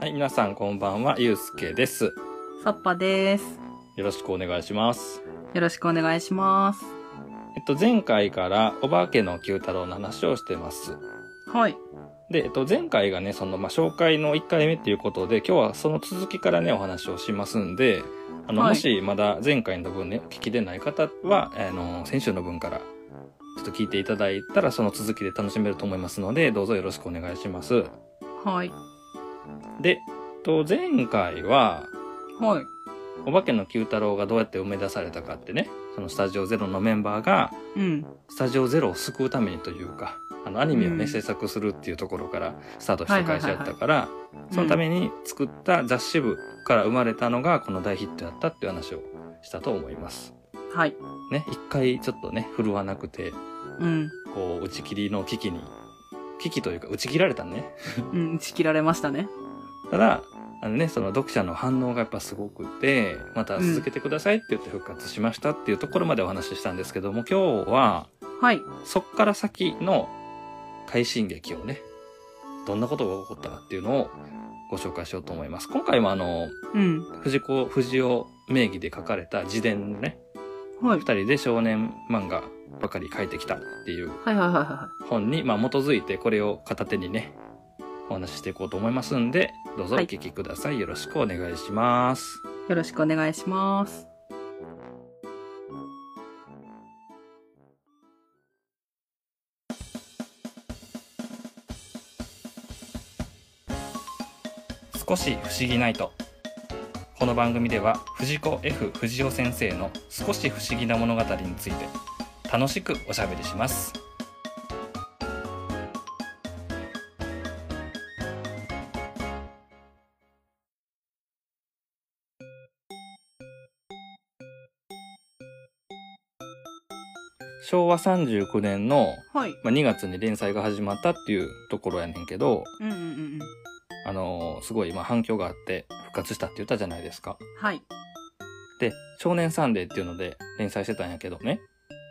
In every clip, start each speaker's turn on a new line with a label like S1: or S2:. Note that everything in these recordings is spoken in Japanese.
S1: はい、皆さんこんばんは、ゆうすけです。よ
S2: サッパです。
S1: ろしくお願いします。
S2: よろしくお願いします。
S1: えっと、前回からお化けの九太郎の話をしてます。
S2: はい。
S1: で、えっと、前回がね、その、まあ、紹介の1回目っていうことで、今日はその続きからね、お話をしますんで、あの、
S2: はい
S1: もしまだ前回の分ね、お聞きでない方は、あの、先週の分から、ちょっと聞いていただいたら、その続きで楽しめると思いますので、どうぞよろしくお願いします。
S2: はい。
S1: で、えっと、前回は、
S2: はい。
S1: お化けの九太郎がどうやって生み出されたかってね、そのスタジオゼロのメンバーが、
S2: うん。
S1: スタジオゼロを救うためにというか、あのアニメをね、
S2: うん
S1: 制作するっていうところからスタートした会社やったから、
S2: い
S1: そのために作った雑誌部から生まれたのがこの大ヒットやったっていう話をしたと思います。
S2: はい。
S1: ね、一回ちょっとね、振るわなくて、
S2: うん。
S1: こう、打ち切りの危機に、危機というか打ち切られたね。
S2: うん。打ち切られましたね。
S1: ただ、あのね、その読者の反応がやっぱすごくて、また続けてくださいって言って復活しましたっていうところまでお話ししたんですけども、今日は、
S2: はい。
S1: そっから先の快進撃をね、どんなことが起こったかっていうのをご紹介しようと思います。今回もあの、
S2: うん。
S1: 藤子、藤尾名義で書かれた自伝のね、
S2: はい
S1: 二。人で少年漫画ばかり書いてきたっていう
S2: はいはいはいは
S1: 本に、まあ、基づいてこれを片手にね、お話ししていこうと思いますんで、どうぞお
S2: はい
S1: 聞きください。よろしくお願いします。
S2: い。よろしくお願いします。
S1: 少し不思議ないとこの番組では藤子 F 不二雄先生の少し不思議な物語について楽しくおしゃべりします昭和39年の、
S2: はい。
S1: まあ、2月に連載が始まったっていうところやねんけど、
S2: うんうんうんうん。
S1: あのーすごいまあ反響があって復活したって言ったじゃないですか。
S2: はい。
S1: で、少年サンデーっていうので連載してたんやけどね。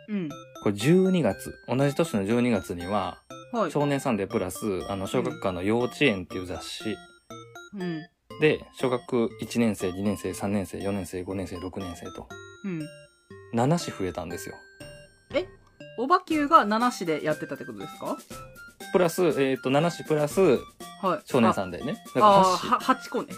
S2: うん。
S1: これ12月、同じ年の12月には、
S2: はい。
S1: 少年サンデープラス、あの、小学館の幼稚園っていう雑誌
S2: うん。
S1: で、小学1年生、2年生、3年生、4年生、5年生、6年生と、
S2: うん。
S1: 7誌増えたんですよ。
S2: おばきゅうが7市でやってたってことですか
S1: プラス、えっ、と、7誌プラス
S2: はい。
S1: 少年
S2: ん。
S1: サンデーね。だから
S2: あ
S1: 8
S2: あ
S1: 誌
S2: ー、は、8個ね。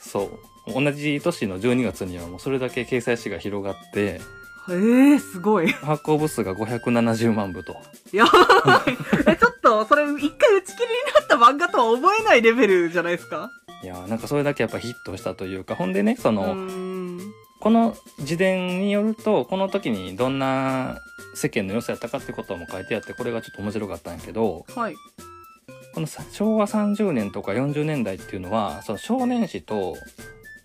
S1: そう。同じ年の12月にはもうそれだけ掲載誌が広がって、
S2: へえ、すごい。
S1: 発行部数が570万部と。
S2: やば い。え、ちょっと、それ、一回打ち切りになった漫画とは思えないレベルじゃないですか
S1: いやーなんかそれだけやっぱヒットしたというかほんでねそうの、
S2: ーん。
S1: この自伝によるとこの時にどんな世間の様子やったかってことも書いてあってこれがちょっと面白かったんやけど
S2: はい。
S1: このさ昭和30年とか40年代っていうのはその少年誌と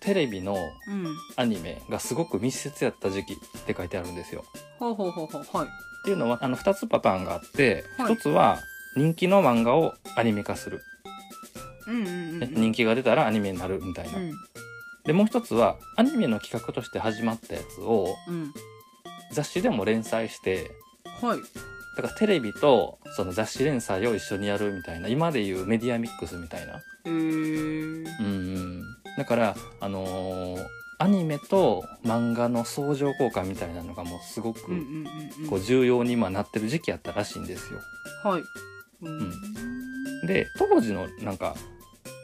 S1: テレビの
S2: うん。
S1: アニメがすごく密接やった時期って書いてあるんですよ。
S2: ほうほうほうほう。はい。
S1: っていうのはあの2つパターンがあって、
S2: はい
S1: 1つは人気の漫画をアニメ化する、
S2: うんうんうんう
S1: ね
S2: ん。
S1: 人気が出たらアニメになるみたいな。
S2: うん
S1: でもう一つはアニメの企画として始まったやつを
S2: うん。
S1: 雑誌でも連載して
S2: はい。
S1: だからテレビとその雑誌連載を一緒にやるみたいな今でいうメディアミックスみたいな
S2: えー。
S1: うんうんだからあのーアニメと漫画の相乗効果みたいなのがもうすご
S2: うん
S1: く
S2: うんうん
S1: こ
S2: う。
S1: うん重要に今なってる時期やったらしいんですよ
S2: はい。う。
S1: うんで当時のなんか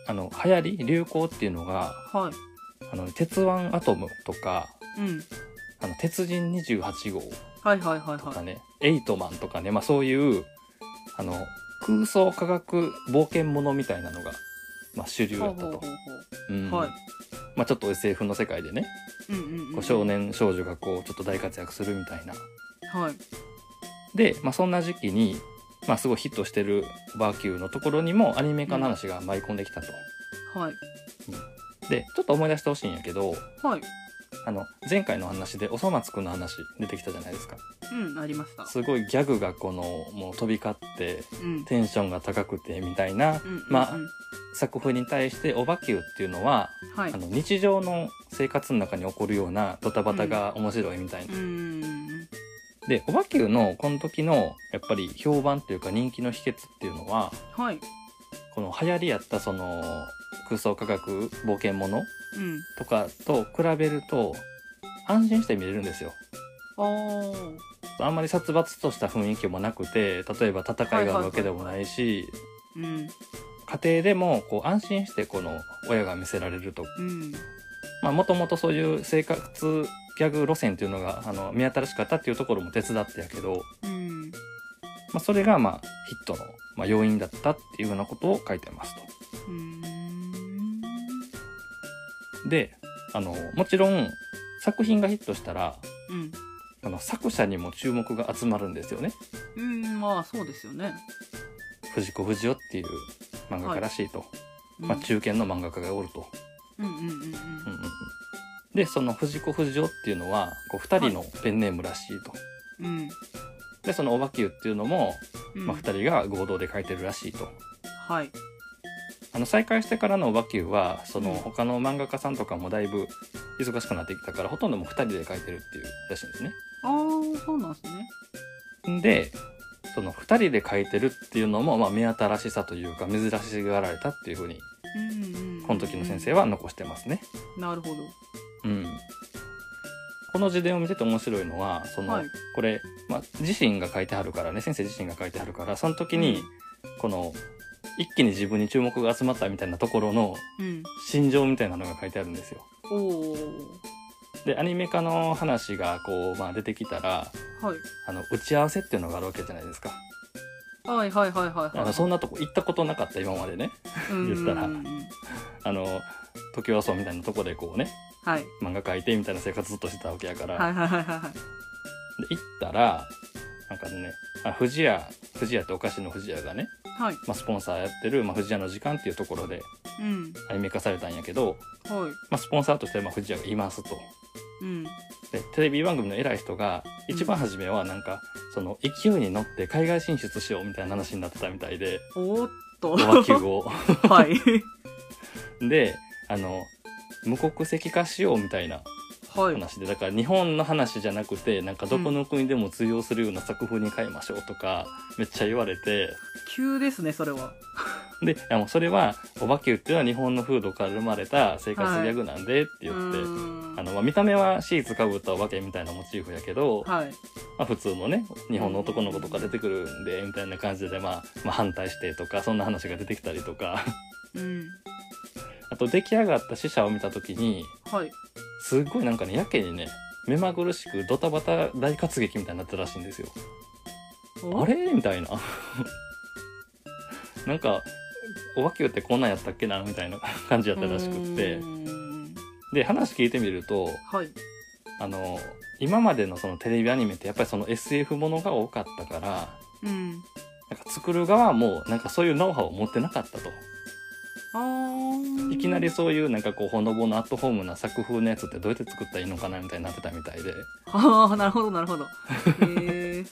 S1: あの流行り流行っていうのが
S2: は
S1: 「あの鉄腕アトム」とか
S2: い。うん。
S1: 「あの鉄人28号」
S2: はいはいはい
S1: とか
S2: は
S1: ね、エイトマンとかね、まあ、そういうあの空想科学冒険ものみたいなのが、まあ、主
S2: い。
S1: 流
S2: ほ
S1: だ
S2: う
S1: った
S2: ほうほう
S1: と
S2: ほ。
S1: うん
S2: う。はい。
S1: まあ、ちょっと SF の世界でね、
S2: うんうんう
S1: こ
S2: ん。
S1: う少。年少女がこうちょっと大活躍するみたいな。
S2: はい。
S1: で、まあ、そんな時期に、まあ、すごいヒットしてるバーキューのところにもアニメ化の話が舞い込んできたと。
S2: はい。
S1: でちょっと思い出してほしいんやけど
S2: はい。
S1: あの前回の話でおそ松くんの話出てきたじゃないですか
S2: うん、ありました。
S1: すごいギャグがこのもう飛び交って
S2: うん。
S1: テンションが高くてみたいな
S2: うんうんうん
S1: ま作風に対してオバキューっていうのは、
S2: はい
S1: あ。の日常の生活の中に起こるようなドタバタが面白いみたいな、
S2: うん。
S1: でおばきゅうのこの時のやっぱり評判というか人気の秘訣っていうのは
S2: はい。
S1: この流行りやったその空想科学冒険もの
S2: うん。
S1: とかと比べると安心して見れるんですよ。
S2: おー。
S1: あんまり殺伐とした雰囲気もなくて例えば戦いがあるわけでもないし
S2: うん。
S1: 家庭でもこう安心してこの親が見せられると
S2: うん。
S1: まあもともとそういう生活ギャグ路線っていうのがあの見新しかったっていうところも手伝ってやけど、
S2: うん。
S1: まあ、それがまあヒットの、まあ、要因だったっていうようなことを書いてますと。
S2: うん。
S1: であのもちろん作品がヒットしたら
S2: うん。
S1: あの作者にも注目が集まるんですよね
S2: うん。まあ、そうですよね。
S1: 藤子不二雄っていう漫画家らしいと、
S2: うん
S1: まあ、中堅の漫画家がおると。
S2: うんうんうんうん。
S1: うんうんうんでその藤子不二雄っていうのはこう2人のペンネームらしいと。
S2: うん。
S1: でそのおばきゅうっていうのも、
S2: うん
S1: まあ、2人が合同で書いてるらしいと。
S2: はい。
S1: あの再開してからの「オバキュー」はその
S2: うん
S1: 他の漫画家さんとかもだいぶ忙しくなってきたからほとんどもう2人で描いてるっていうらしいんですね。
S2: ああ、そうなんですね。
S1: でその2人で描いてるっていうのも、まあ、目新しさというか珍しがられたっていうふうに
S2: うんうんうん。
S1: この時の先生は残してますね。
S2: なるほど。
S1: うん、この自伝を見てて面白いのはその、
S2: はい
S1: これ、まあ、自身が書いてはるからね先生自身が書いてはるからその時にこの一気に自分に注目が集まったみたいなところの
S2: うん。
S1: 心情みたいなのが書いてあるんですよ。
S2: おお。
S1: でアニメ化の話がこう、まあ、出てきたら
S2: はい。
S1: あの打ち合わせっていうのがあるわけじゃないですか
S2: はいはいはいはい
S1: あ
S2: は
S1: の
S2: い。
S1: そんなとこ行ったことなかった今までね
S2: うん
S1: 言ったら
S2: うんうんうん
S1: あの時はそうみたいなとこでこうね
S2: はい。
S1: 漫画描いてみたいな生活ずっとしてたわけやから、
S2: はいはいはいはいはい。
S1: で行ったらなんかねあ不二家不二家ってお菓子の不二家がね、
S2: はい。
S1: まあ、スポンサーやってる、まあ、不二家の時間っていうところで
S2: うん。
S1: アニメ化されたんやけど、
S2: はい。
S1: まあ、スポンサーとして、まあ、不二家がいますと。
S2: うん。
S1: でテレビ番組の偉い人が一番初めはなんか、その勢いに乗って海外進出しようみたいな話になってたみたいで
S2: おーっと。
S1: おばきゅうを
S2: はい。
S1: であの無国籍化しようみたいな
S2: はい。
S1: 話でだから日本の話じゃなくてなんかどこの国でも通用するような作風に変えましょうとかめっちゃ言われて
S2: 急ですね、それは。
S1: であのそれはおばきゅうっていうのは日本の風土から生まれた生活ギャグなんでって言って、あ
S2: あ
S1: のまあ、見た目はシーツかぶったお化けみたいなモチーフやけど、
S2: はい。
S1: まあ、普通のね日本の男の子とか出てくるんでみたいな感じで、まあ、まあ反対してとかそんな話が出てきたりとか
S2: うん。
S1: あと出来上がった死者を見た時に
S2: はい。
S1: すっごいなんかねやけにね目まぐるしくドタバタ大活劇みたいになったらしいんですよ。
S2: お
S1: あれみたいな。 なんかおばきゅうってこんなんやったっけなみたいな 感じやったらしくって
S2: うーん
S1: で話聞いてみると
S2: はい。
S1: あの今までのそのテレビアニメってやっぱりその SF ものが多かったから
S2: うん。
S1: なんか作る側もなんかそういうノウハウを持ってなかったと
S2: あー
S1: いきなり。そういうなんかこうほのぼのアットホームな作風のやつってどうやって作ったらいいのかなみたいになってたみたいで
S2: ああ、なるほど、なるほど。へえ。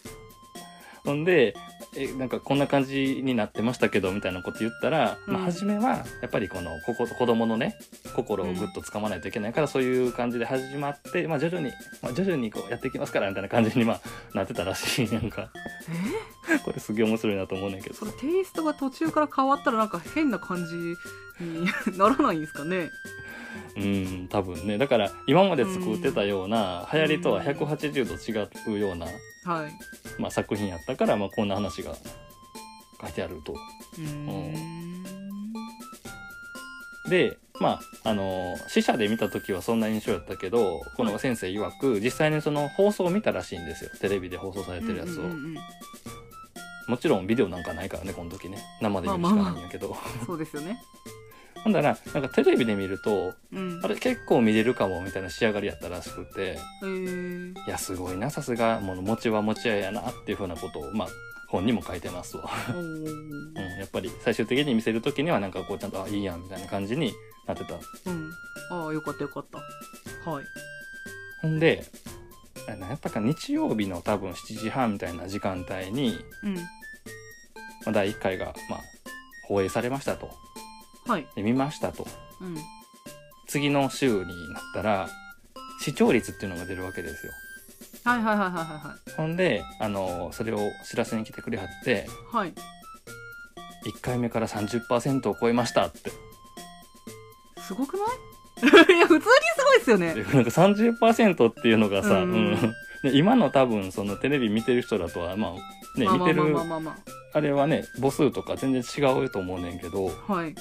S1: ほんでえなんかこんな感じになってましたけどみたいなこと言ったら、まあ、
S2: うん
S1: 初めはやっぱりこのここ子供のね心をぐっとつかまないといけないからそういう感じで始まって、まあ、徐々に、まあ、徐々にこうやっていきますからみたいな感じにまあなってたらしいなんか これすげえ面白いなと思うねんだけど
S2: それテイストが途中から変わったらなんか変な感じにならないんですかね。
S1: うん多分ねだから今まで作ってたような、流行りとは180度違うような、
S2: はい。
S1: まあ、作品やったから、まあ、こんな話が書いてあると。
S2: うーん。
S1: でまああの死者で見た時はそんな印象やったけどこの先生曰く実際にその放送を見たらしいんですよテレビで放送されてるやつを、
S2: うんうんうんうん
S1: もちろんビデオなんかないからねこの時ね生で見るしかないんやけど、
S2: そうですよね。
S1: ほんだらなんかテレビで見ると
S2: うん。
S1: あれ結構見れるかもみたいな仕上がりやったらしくて
S2: へえ。
S1: いやすごいなさすがもの持ちは持ち合いやなっていうふうなことをまあ本にも書いてますわ、
S2: おー
S1: うん、やっぱり最終的に見せる時にはなんかこうちゃんとあいいやんみたいな感じになってた
S2: うん。ああ、よかったよかった。はい。
S1: ほんであなんやったか日曜日の多分7時半みたいな時間帯に、
S2: うん。
S1: まあ、第1回がまあ放映されましたと
S2: はい。
S1: で見ましたと
S2: うん。
S1: 次の週になったら視聴率っていうのが出るわけですよ
S2: はいはいはいは
S1: ほんであのそれを知らせに来てくれはって
S2: いはい。はい。
S1: 1回目から30%を超えましたって
S2: すごくない いや、普通にすごいですよ
S1: で
S2: ね。
S1: なんか30%っていうのがさ、う
S2: う
S1: んん で今の多分そのテレビ見てる人だとはまあね
S2: まあ
S1: 見
S2: ま
S1: て
S2: あまあ
S1: る
S2: まあまあま
S1: あれはね母数とか全然違うと思うねんけど
S2: あ。はい。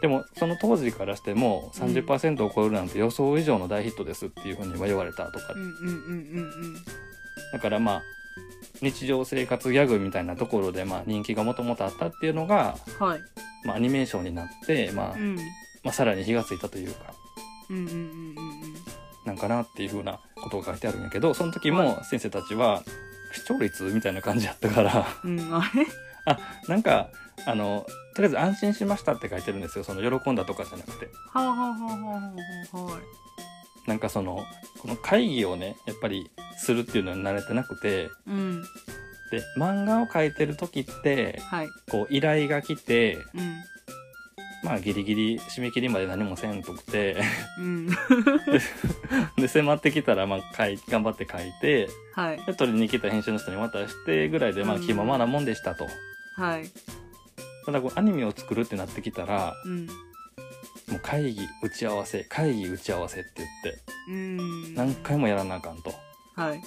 S1: でもその当時からしても
S2: うん
S1: 30%を超えるなんて予想以上の大ヒットですっていうふうには言われたとか
S2: うんうんうんうんうん。
S1: だからまあ日常生活ギャグみたいなところでまあ人気がもともとあったっていうのが、
S2: はい。
S1: まあ、アニメーションになって、まあ
S2: うん。
S1: まあ、さらに火がついたというか
S2: うんうんうんうんうん。
S1: なんかなっていうふうなことが書いてあるんやけどその時も先生たちは視聴率みたいな感じやったから。
S2: うん、あれ
S1: なんかあのとりあえず安心しましたって書いてるんですよその喜んだとかじゃなくて
S2: はあはあはあはあはあはい。
S1: なんかそのこの会議をねやっぱりするっていうのに慣れてなくて
S2: うん。
S1: で漫画を描いてる時って
S2: はい。
S1: こう依頼が来て
S2: うん。
S1: まあギリギリ締め切りまで何もせんとくて
S2: うん。
S1: で迫ってきたらまあ書い頑張って書いて
S2: はい。
S1: で取りに来た編集の人に渡してぐらいでまあ
S2: うん
S1: 気ままなもんでしたと。
S2: はい。
S1: ただこうアニメを作るってなってきたら
S2: うん。
S1: もう会議打ち合わせ会議打ち合わせって言って
S2: うん。
S1: 何回もやらなあかんと。
S2: はい。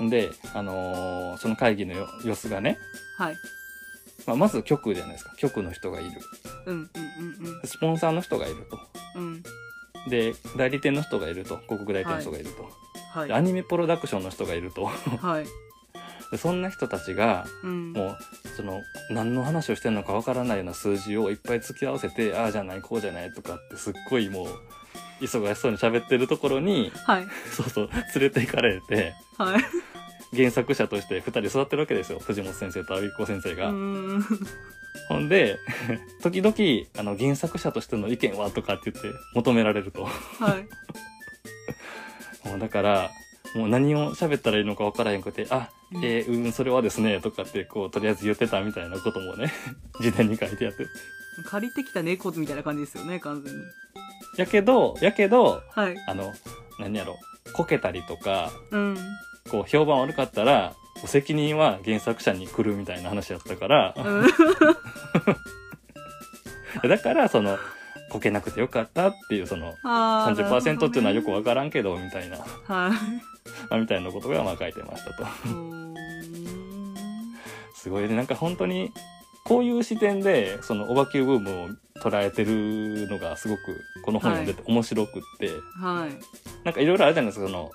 S1: うん、で、あのーその会議のよ様子がね、
S2: はい。
S1: まあ、まず局じゃないですか局の人がいる
S2: うんうんうん
S1: スポンサーの人がいると
S2: うん。うん。
S1: で代理店の人がいると広告代理店の人がいると、
S2: はい
S1: で。アニメプロダクションの人がいると
S2: はい。
S1: でそんな人たちが
S2: うん。
S1: もうその何の話をしてるのかわからないような数字をいっぱい突き合わせてああじゃないこうじゃないとかってすっごいもう忙しそうに喋ってるところに
S2: はい。
S1: そうそう連れて行かれて
S2: はい。
S1: 原作者として2人育ってるわけですよ藤本先生と阿部子先生
S2: う
S1: が。
S2: ん。
S1: ほんで、 時々、あの、原作者としての意見はとかって言って求められると。
S2: はい。
S1: もうだから、もう何を喋ったらいいのか分からへんくて、あ、
S2: うん
S1: えー、うん、それはですね、とかって、こう、とりあえず言ってたみたいなこともね、 事前に書いてやって。
S2: 借りてきた猫みたいな感じですよね、完全に。
S1: やけど、やけど、
S2: はい。
S1: あの、何やろ、こけたりとか、
S2: うん。
S1: こう、評判悪かったら、責任は原作者に来るみたいな話やったから、
S2: うん。
S1: だから、その、こけなくてよかったっていう、その、
S2: あー
S1: 30%っていうのはよく分からんけど、みたいな。
S2: はい。
S1: まあみたいなことがまあ書いてましたと。
S2: うーん
S1: すごいね。なんか本当に、こういう視点で、そのオバキューブームを捉えてるのがすごく、この本読んでて面白くって、
S2: はい。
S1: なんかいろいろあるじゃないですか、その、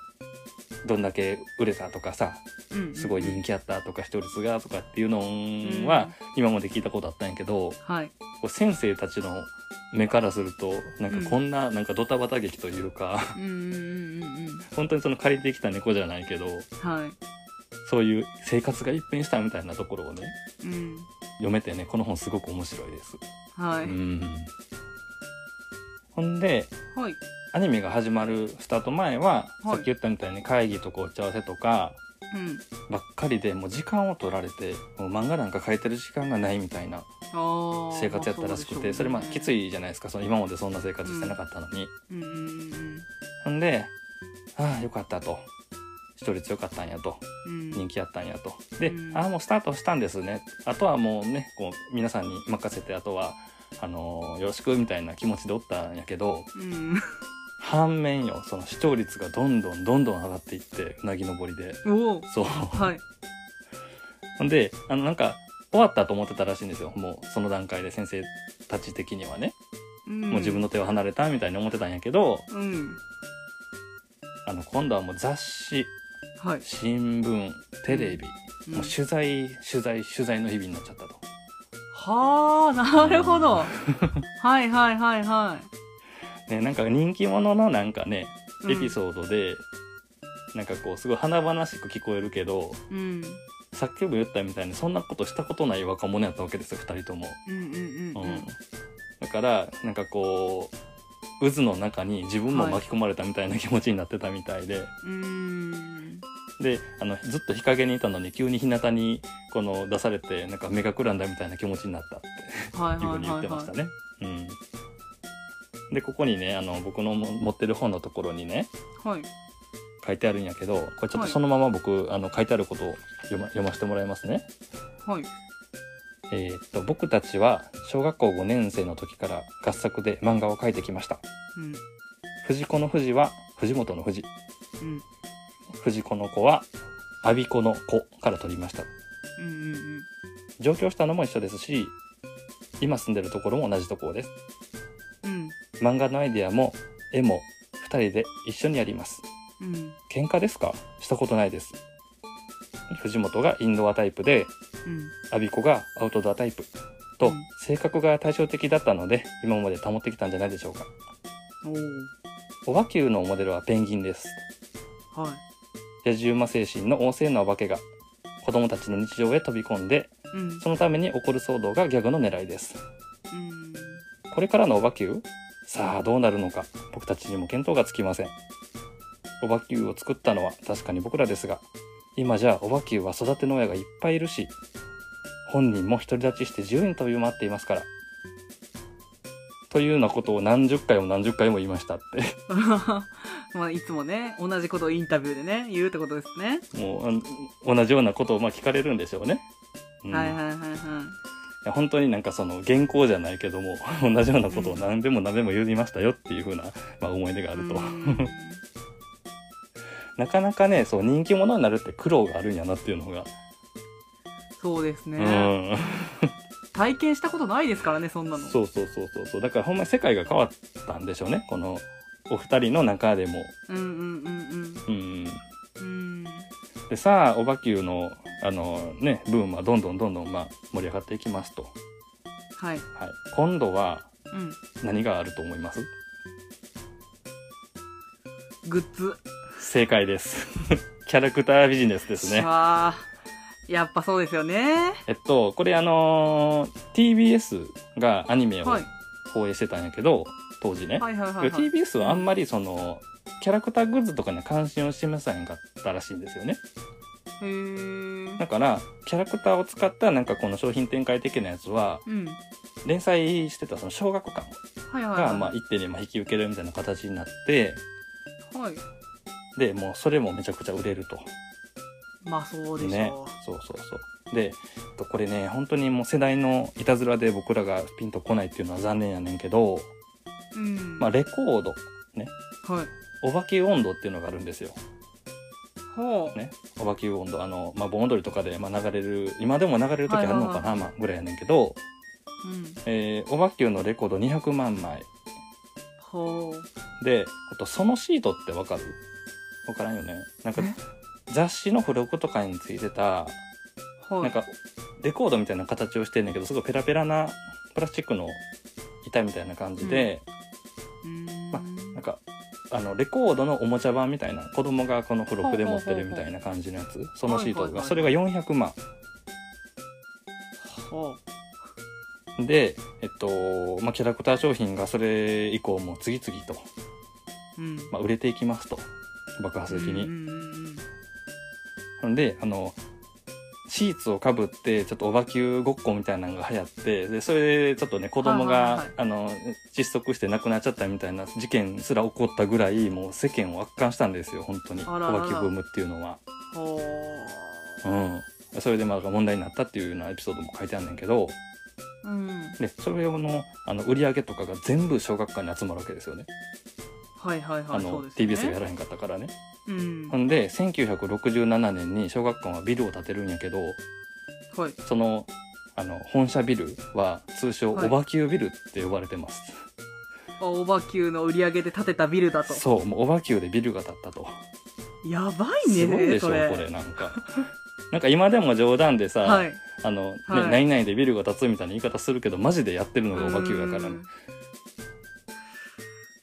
S1: どんだけ売れたとかさ、
S2: うん
S1: すごい人気あったとか、視聴率がとかっていうのは、今まで聞いたことあったんやけど、
S2: はい。
S1: こう先生たちの目からすると、なんかこんな、なんかドタバタ劇というか、
S2: うんうんうんうんうん。
S1: 本当にその借りてきた猫じゃないけど、
S2: は
S1: そういう生活が一変したみたいなところをね、
S2: い。うん。
S1: 読めてねこの本すごく面白いです、
S2: はい。
S1: うんほんで
S2: はい。
S1: アニメが始まるスタート前は、
S2: はい
S1: さっき言ったみたいに会議とか打ち合わせとか
S2: うん。
S1: ばっかりでもう時間を取られてもう漫画なんか書いてる時間がないみたいな
S2: あー
S1: 生活やったらしくて、それまあきつ。いじゃないですかその今までそんな生活してなかったのに、
S2: そうでしょうねうんうんうん
S1: ほんでああよかったと視聴率良かったんやと
S2: うん。
S1: 人気あったんやとで、
S2: うん
S1: ああもうスタートしたんですねあとはもうねこう皆さんに任せてあとはあのーよろしくみたいな気持ちでおったんやけど
S2: うん。
S1: 反面よその視聴率がどんどんどんどん上がっていってうなぎ登りで
S2: おお。
S1: そう
S2: はい。
S1: ほんであのなんか終わったと思ってたらしいんですよもうその段階で先生たち的にはね
S2: も
S1: もう自分の。手を離れたみたいに思ってたんやけど、
S2: うん。
S1: あの今度はもう雑誌
S2: はい。
S1: 新聞テレビ、
S2: うん
S1: もう取材取材取材の日々になっちゃったと。
S2: はあ、なるほど。 はいはいはいは
S1: ね、なんか人気者のなんかね
S2: い。
S1: エピソードで、なんかこうすごい華々しく聞こえるけど
S2: ード。うん。
S1: さっきも言ったみたいにそんなことしたことない若者やったわけですよ2人とも、
S2: うんうん
S1: う
S2: うんんうん。
S1: だからなんかこう渦の中に自分も巻き込まれたみたいな気持ちになってたみたいで、
S2: うーん。
S1: であのずっと日陰にいたのに急に日向にこの出されてなんか目がくらんだみたいな気持ちになったって
S2: はい
S1: いうふ
S2: は
S1: う
S2: い
S1: に言っ
S2: はい
S1: てまし
S2: は
S1: たね。うんでここにねあの僕のも持ってる本のところにね
S2: い。はい。
S1: 「書いてあるんやけどこれちょっとそのまま僕、あの書いてあることを読ま読ませてもらいますね。
S2: はい。
S1: えーっと僕たちは小学校5年生の時から合作で漫画を描いてきました。
S2: うん。
S1: 藤子の藤は藤本の藤
S2: うん。
S1: 藤子の子は阿鼻子の子から取りました
S2: うんうんうん。
S1: 上京したのも一緒ですし今住んでるところも同じところです
S2: うん。
S1: 漫画のアイデアも絵も2人で一緒にやります
S2: うん。
S1: 喧嘩ですかしたことないです藤本がインドアタイプで
S2: うん。
S1: 阿鼻子がアウトドアタイプと
S2: うん
S1: 性格が対照的だったので今まで保ってきたんじゃないでしょうか
S2: お
S1: おばきゅうのモデルはペンギンです
S2: お。はい。
S1: 野獣馬精神の旺盛なお化けが子供たちの日常へ飛び込んで
S2: うん。
S1: そのために起こる騒動がギャグの狙いです
S2: うん。
S1: これからのおばきゅうさあどうなるのか僕たちにも見当がつきませんおばきゅうを作ったのは確かに僕らですが今じゃおばきゅうは育ての親がいっぱいいるし本人も独り立ちして自由に飛び回っていますからというようなことを何十回も何十回も言いましたって
S2: まあ、いつもね、同じことをインタビューでね、言うってことですね。
S1: もうあの同じようなことをまあ聞かれるんでしょうね、うん
S2: はいはいはいはい。
S1: いや本当になんかその原稿じゃないけども 同じようなことを何べんも何べんも言いましたよっていう風な、まあ、思い出があると、
S2: うん
S1: なかなかねそう人気者になるって苦労があるんやなっていうのが、
S2: そうですね、
S1: う
S2: 体験したことないですからね、そんなんの。
S1: そうそうそうそうそうだからほんまに世界が変わったんでしょうねこのお二人の中でも、
S2: うんうんうん
S1: うん、
S2: うん。うん。
S1: でさあおばきゅうのあのねブームはどんどんどんどんまあ盛り上がっていきますと、は
S2: はい。
S1: い、今度は
S2: うん。
S1: 何があると思います
S2: グッズ。
S1: 正解です キャラクタービジネスですね
S2: わあやっぱそうですよね。
S1: えっと、これあのー TBS がアニメを
S2: はい。
S1: 放映してたんやけど、当時ね、
S2: はいはいはい、はい。
S1: TBS はあんまりそのキャラクターグッズとかには関心を示さへんかったらしいんですよね
S2: へー
S1: だからキャラクターを使ったなんかこの商品展開的なやつは
S2: うん。はい
S1: 連載してたその小学館
S2: はいはい。
S1: がまあ一手にまあ引き受けるみたいな形になって
S2: はい。
S1: でもうそれもめちゃくちゃ売れると
S2: まあそうでし
S1: ね
S2: ょ
S1: そうそうそうでえっとこれね本当にもう世代のいたずらで僕らがピンとこないっていうのは残念やねんけど
S2: う。うん。
S1: まあ、レコード
S2: はい。
S1: お化け音頭っていうのがあるんですよ。
S2: ほう。
S1: ね、お化け音頭あの、まあ、盆踊りとかで、まあ、流れる今でも流れる時あるのかな、まあ、ぐらいやねんけど、
S2: うん。
S1: えー、お化けのレコード200万枚
S2: ほう。
S1: であとそのシートってわかるわからんよねなんか
S2: え
S1: 雑誌の付録とかについてた
S2: はい。
S1: なんかレコードみたいな形をしてんねんけどすごいペラペラなプラスチックの板みたいな感じで、
S2: うーん、
S1: まなんかあのレコードのおもちゃ版みたいな子供がこの付録で持ってるみたいな感じのやつそのシー
S2: は
S1: ト
S2: いはい
S1: が
S2: はい
S1: それが400万
S2: ほ
S1: でえっと、まあ、キャラクター商品がそれ以降も次々と、
S2: う。うん。
S1: まあ、売れていきますと爆発的
S2: う
S1: に。
S2: んうんうんうん。
S1: なんであのシーツをかぶってちょっとおばきゅうごっこみたいなのが流行ってでそれでちょっとね子供
S2: はいはい
S1: が
S2: はい
S1: あの窒息して亡くなっちゃったみたいな事件すら起こったぐらいもう世間を圧巻したんですよ本当にお
S2: あらあら
S1: ばきゅうブームっていうのは。
S2: ほ
S1: うん、それでまあ問題になったっていうようなエピソードも書いてあるんだけど
S2: う。うん。
S1: でそれのあの売り上げとかが全部小学館に集まるわけですよね
S2: はいはい
S1: あ
S2: はい。そ
S1: の
S2: うですよ
S1: TBS が
S2: ね
S1: やらへんかったからね。
S2: うん。
S1: ほんで1967年に小学館はビルを建てるんやけど
S2: はい。
S1: そのあの本社ビルは通称
S2: はい
S1: おばきゅうビルって呼ばれてます、
S2: あオバキューの売り上げで建てたビルだと。
S1: そうもうおばきゅうでビルが建ったと
S2: やばいね。
S1: すごいでしょ
S2: そ
S1: こ
S2: れ。
S1: れなんかなんか今でも冗談でさ、
S2: はい。
S1: あのね
S2: は
S1: 何
S2: い
S1: 々でビルが建つみたいな言い方するけどマジでやってるのがおばきゅうやからね
S2: うん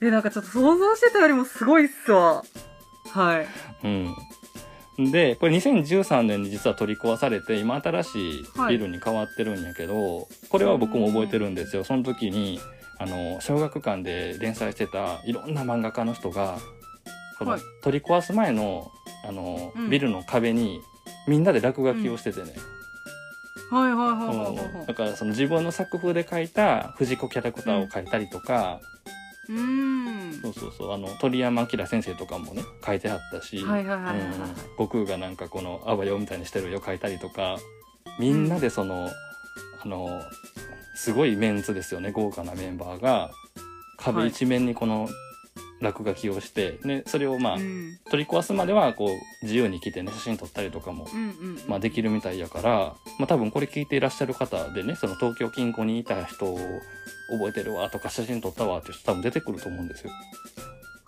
S2: え、なんかちょっと想像してたよりもすごいっすわ。はい。
S1: うん、でこれ2013年に実は取り壊されて今新しいビルに変わってるんやけど、これは僕も覚えてるんですよその時にあの小学館で連載してたいろんな漫画家の人がこの
S2: はい
S1: 取り壊す前のあの、
S2: うん
S1: ビルの壁にみんなで落書きをしててね、
S2: はいはいはいはいは
S1: う
S2: い
S1: ん
S2: はい
S1: だ。からその自分の作風で描いた藤子キャラクターを描いたりとか、
S2: うーん
S1: そうそうそうあの鳥山明先生とかもね書いてはったし、
S2: はいはいはいはいはい
S1: うん悟空がなんかこの「あばよ」みたいにしてるよ書いたりとかみんなでその、あのすごいメンツですよね豪華なメンバーが壁一面にこの落書きをして、ね、それをまあ、
S2: うん
S1: 取り壊すまではこう自由に来てね写真撮ったりとかも
S2: うんうん
S1: まあ、できるみたいやから、まあ、多分これ聞いていらっしゃる方でねその東京近郊にいた人を覚えてるわとか写真撮ったわっていう人多分出てくると思うんですよ。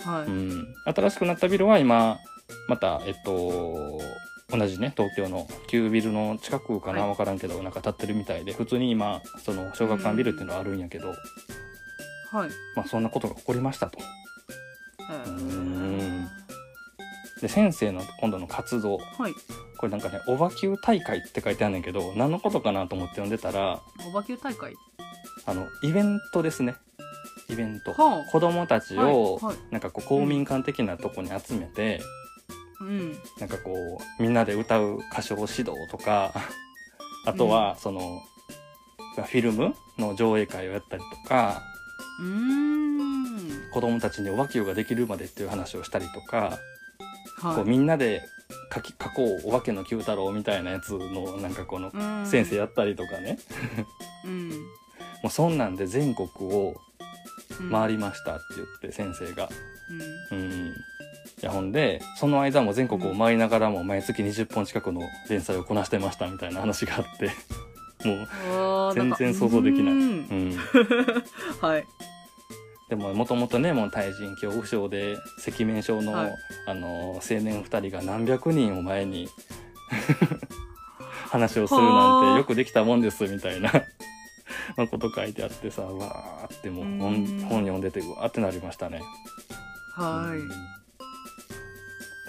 S2: はい、
S1: うん、新しくなったビルは今またえっと同じね東京の旧ビルの近くかな、
S2: はい
S1: 分からんけどなんか建ってるみたいで普通に今その小学館ビルっていうのはあるんやけど、
S2: はい
S1: まあ、そんなことが起こりましたと。
S2: う
S1: ーんで先生の今度の活動
S2: はい
S1: これなんかね「おばきゅう大会」って書いてあるんだけど何のことかなと思って読んでたら
S2: おばきゅう大会
S1: あのイベントですねイベント、
S2: はあ
S1: 子供たちを
S2: はいはい
S1: なんかこう公民館的なとこに集めて、
S2: うん
S1: なんかこうみんなで歌う歌唱指導とか あとはその、フィルムの上映会をやったりとか
S2: うーん
S1: 子供たちにお和球ができるまでっていう話をしたりとか、
S2: は
S1: こう
S2: い
S1: みんなで書き書こうお化けの九太郎みたいなやつのなんかこの
S2: うーん
S1: 先生やったりとかね、
S2: うん
S1: もうそんなんで全国を
S2: うん
S1: 回りましたって言って先生が。
S2: うん
S1: うん、いやほんでその間も全国を回りながらも毎月20本近くの連載をこなしてましたみたいな話があ ってもう、
S2: あーなんか
S1: 全然想像できないううんん、
S2: はい
S1: でももともとねもう対人恐怖症で赤面症の,、
S2: はい
S1: あの青年2人が何百人を前に 話をするな
S2: は
S1: ん
S2: あ
S1: てよくできたもんですみたいなまあこと書いてあってさわーってもう本
S2: うん
S1: 本読んでてうわーってなりましたね。
S2: は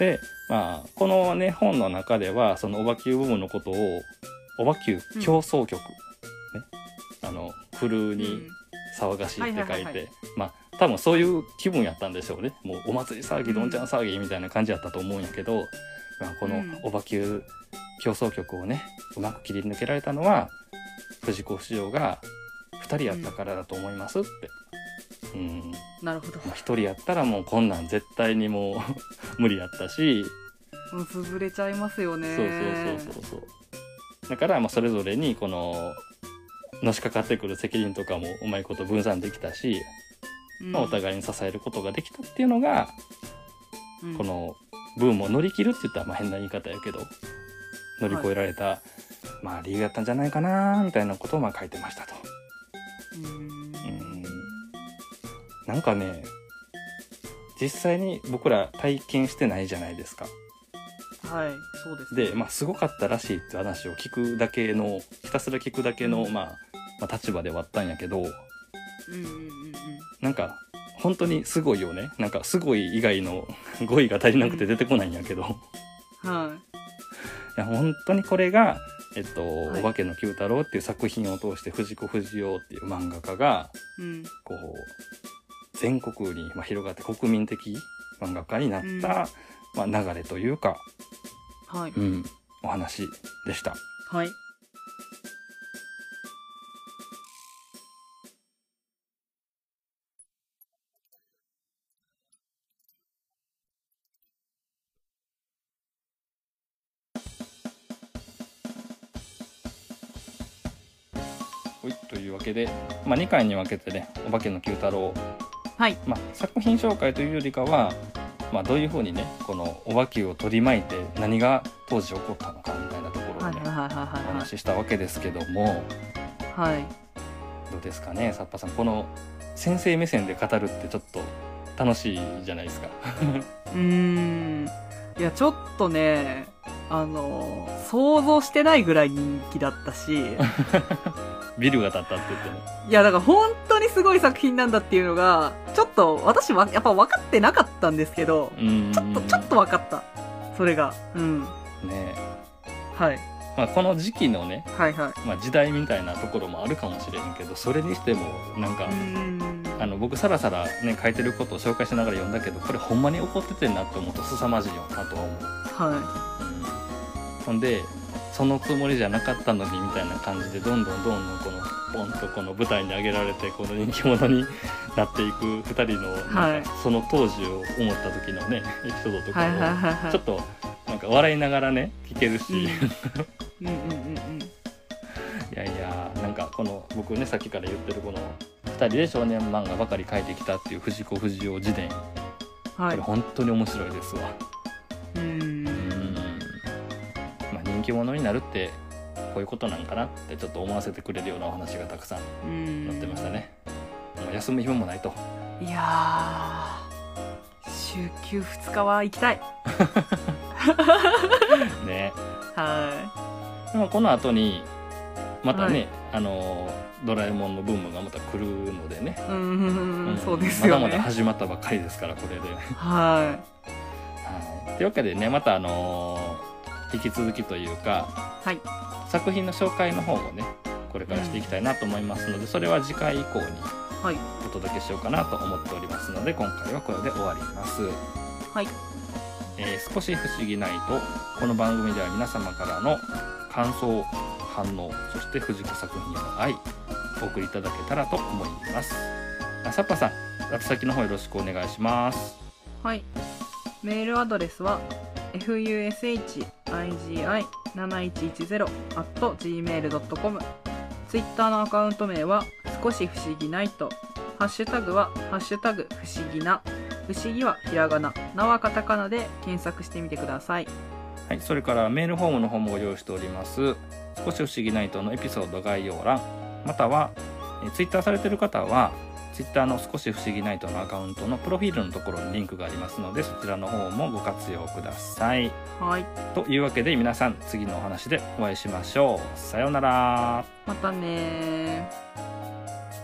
S2: い、
S1: で、まあ、このね本の中ではそのおばきゅう部分のことをおばきゅう競争曲、ね、あのフルに騒がしいって
S2: はいは
S1: 書
S2: い
S1: い
S2: はいは
S1: てまあ多分そういう気分やったんでしょうねもうお祭り騒ぎどんちゃん騒ぎみたいな感じやったと思うんやけど、まあ、こ
S2: う
S1: の
S2: ん
S1: おばきゅう競争曲をねうまく切り抜けられたのは藤子不二雄が2人やったからだと思いますって。うん
S2: なるほど
S1: まあ、1人やったらもうこんなん絶対にもう 無理やったし、
S2: うん潰れちゃいますよね
S1: そうそうそうそうそうだからまあそれぞれにこののしかかってくる責任とかもうまいこと分散できたし、
S2: うん
S1: まあ、お互いに支えることができたっていうのが、
S2: うん
S1: このブームを乗り切るって言ったらまあ変な言い方やけど乗り越えられた、まあ理由やったんじゃないかなみたいなことをまあ書いてましたと。
S2: うーん
S1: うんなんかね実際に僕ら体験してないじゃないですか。
S2: はいそうですね
S1: で、まあ、すごかったらしいって話を聞くだけのひたすら聞くだけの、
S2: うん
S1: まあ、まあ立場ではあったんやけど
S2: うんうんうんうん
S1: なんか本当にすごいよねなんかすごい以外の語彙が足りなくて出てこないんやけどい
S2: はい
S1: や本当にこれが「えっと
S2: い
S1: お化けの九太郎」っていう作品を通して藤子不二雄っていう漫画家が
S2: うん
S1: こう全国にまあ広がって国民的漫画家になった、まあ、流れというか、
S2: はい
S1: うん、お話でした。
S2: はい
S1: はい、というわけで、まあ、2回に分けてね「お化けの九太郎
S2: はい」
S1: まあ、作品紹介というよりかは、まあ、どういうふうにねこのお化けを取り巻いて何が当時起こったのかみたいなところ
S2: は
S1: を
S2: いはい
S1: ね、
S2: はい
S1: お
S2: は
S1: 話ししたわけですけども
S2: いはいはい
S1: どうですかねさっぱさんこの先生目線で語るってちょっと楽しいじゃないですか。
S2: うーんいやちょっとねあの想像してないぐらい人気だったし
S1: ビルが立ったって言ってね。
S2: いやだから本当にすごい作品なんだっていうのがちょっと私はやっぱ分かってなかったんですけど
S1: うーん
S2: ちょっとちょっと分かったそれがうん
S1: ねえ
S2: はい
S1: まあ、この時期のね、
S2: はいはい
S1: まあ、時代みたいなところもあるかもしれんけどそれにしてもなんか。
S2: うーん
S1: あの僕さらさらね書いてることを紹介しながら読んだけどこれほんまに怒っててんなって思うと凄まじいよなとは思う、
S2: は
S1: うんほんでそのつもりじゃなかったのにみたいな感じでどんどんどんどんこのポンとこの舞台に上げられてこの人気者になっていく2人の
S2: は
S1: なん
S2: い
S1: かその当時を思った時のねエピソードと
S2: はいはい
S1: か
S2: はい
S1: も
S2: は
S1: ちょ
S2: い
S1: っとなんか笑いながらね聞けるし、
S2: うん
S1: い
S2: うんうんうんうん
S1: やいやなんかこの僕ねさっきから言ってるこの2人で少年漫画ばかり描いてきたっていう藤子不二雄自伝こ
S2: は
S1: れ
S2: い
S1: 本当に面白いですわ。
S2: う
S1: うんんまあ、人気者になるってこういうことなんかなってちょっと思わせてくれるようなお話がたくさん
S2: うん
S1: 載ってましたね。もう休む暇も ないと。
S2: いやー週休2日は行きたい
S1: ね。
S2: は
S1: まあ、この後にまた
S2: は
S1: ね、
S2: い
S1: あのドラえもんのブームがまた来るのでね。
S2: いうんうんうんうん
S1: ん
S2: そうですよね
S1: まだまだ始まったばっかりですからこれで。
S2: は
S1: はい。というわけでねまたあの引き続きというか
S2: いはい
S1: 作品の紹介の方もねこれからしていきたいなと思いますので、それは次回以降に
S2: はい
S1: お届けしようかなと思っておりますので今回はこれで終わります、
S2: はい
S1: えー少し不思議ないとこの番組では皆様からの感想反応そして藤子作品への愛お送りいただけたらと思いますあサッパさん宛先の方よろしくお願いします
S2: はい。メールアドレスは fushigi7110@gmail.com。ツイッターのアカウント名は少し不思議ないと。ハッシュタグはハッシュタグ不思議な。不思議はひらがな、なはカタカナで検索してみてください。
S1: はい、それからメールフォームの方もご用意しております。少し不思議ナイトのエピソード概要欄、または、えツイッター Twitter されている方は、ツイッターの少し不思議ナイトのアカウントのプロフィールのところにリンクがありますので、そちらの方もご活用ください。
S2: はい。
S1: というわけで皆さん、次のお話でお会いしましょう。さようなら。
S2: またねー。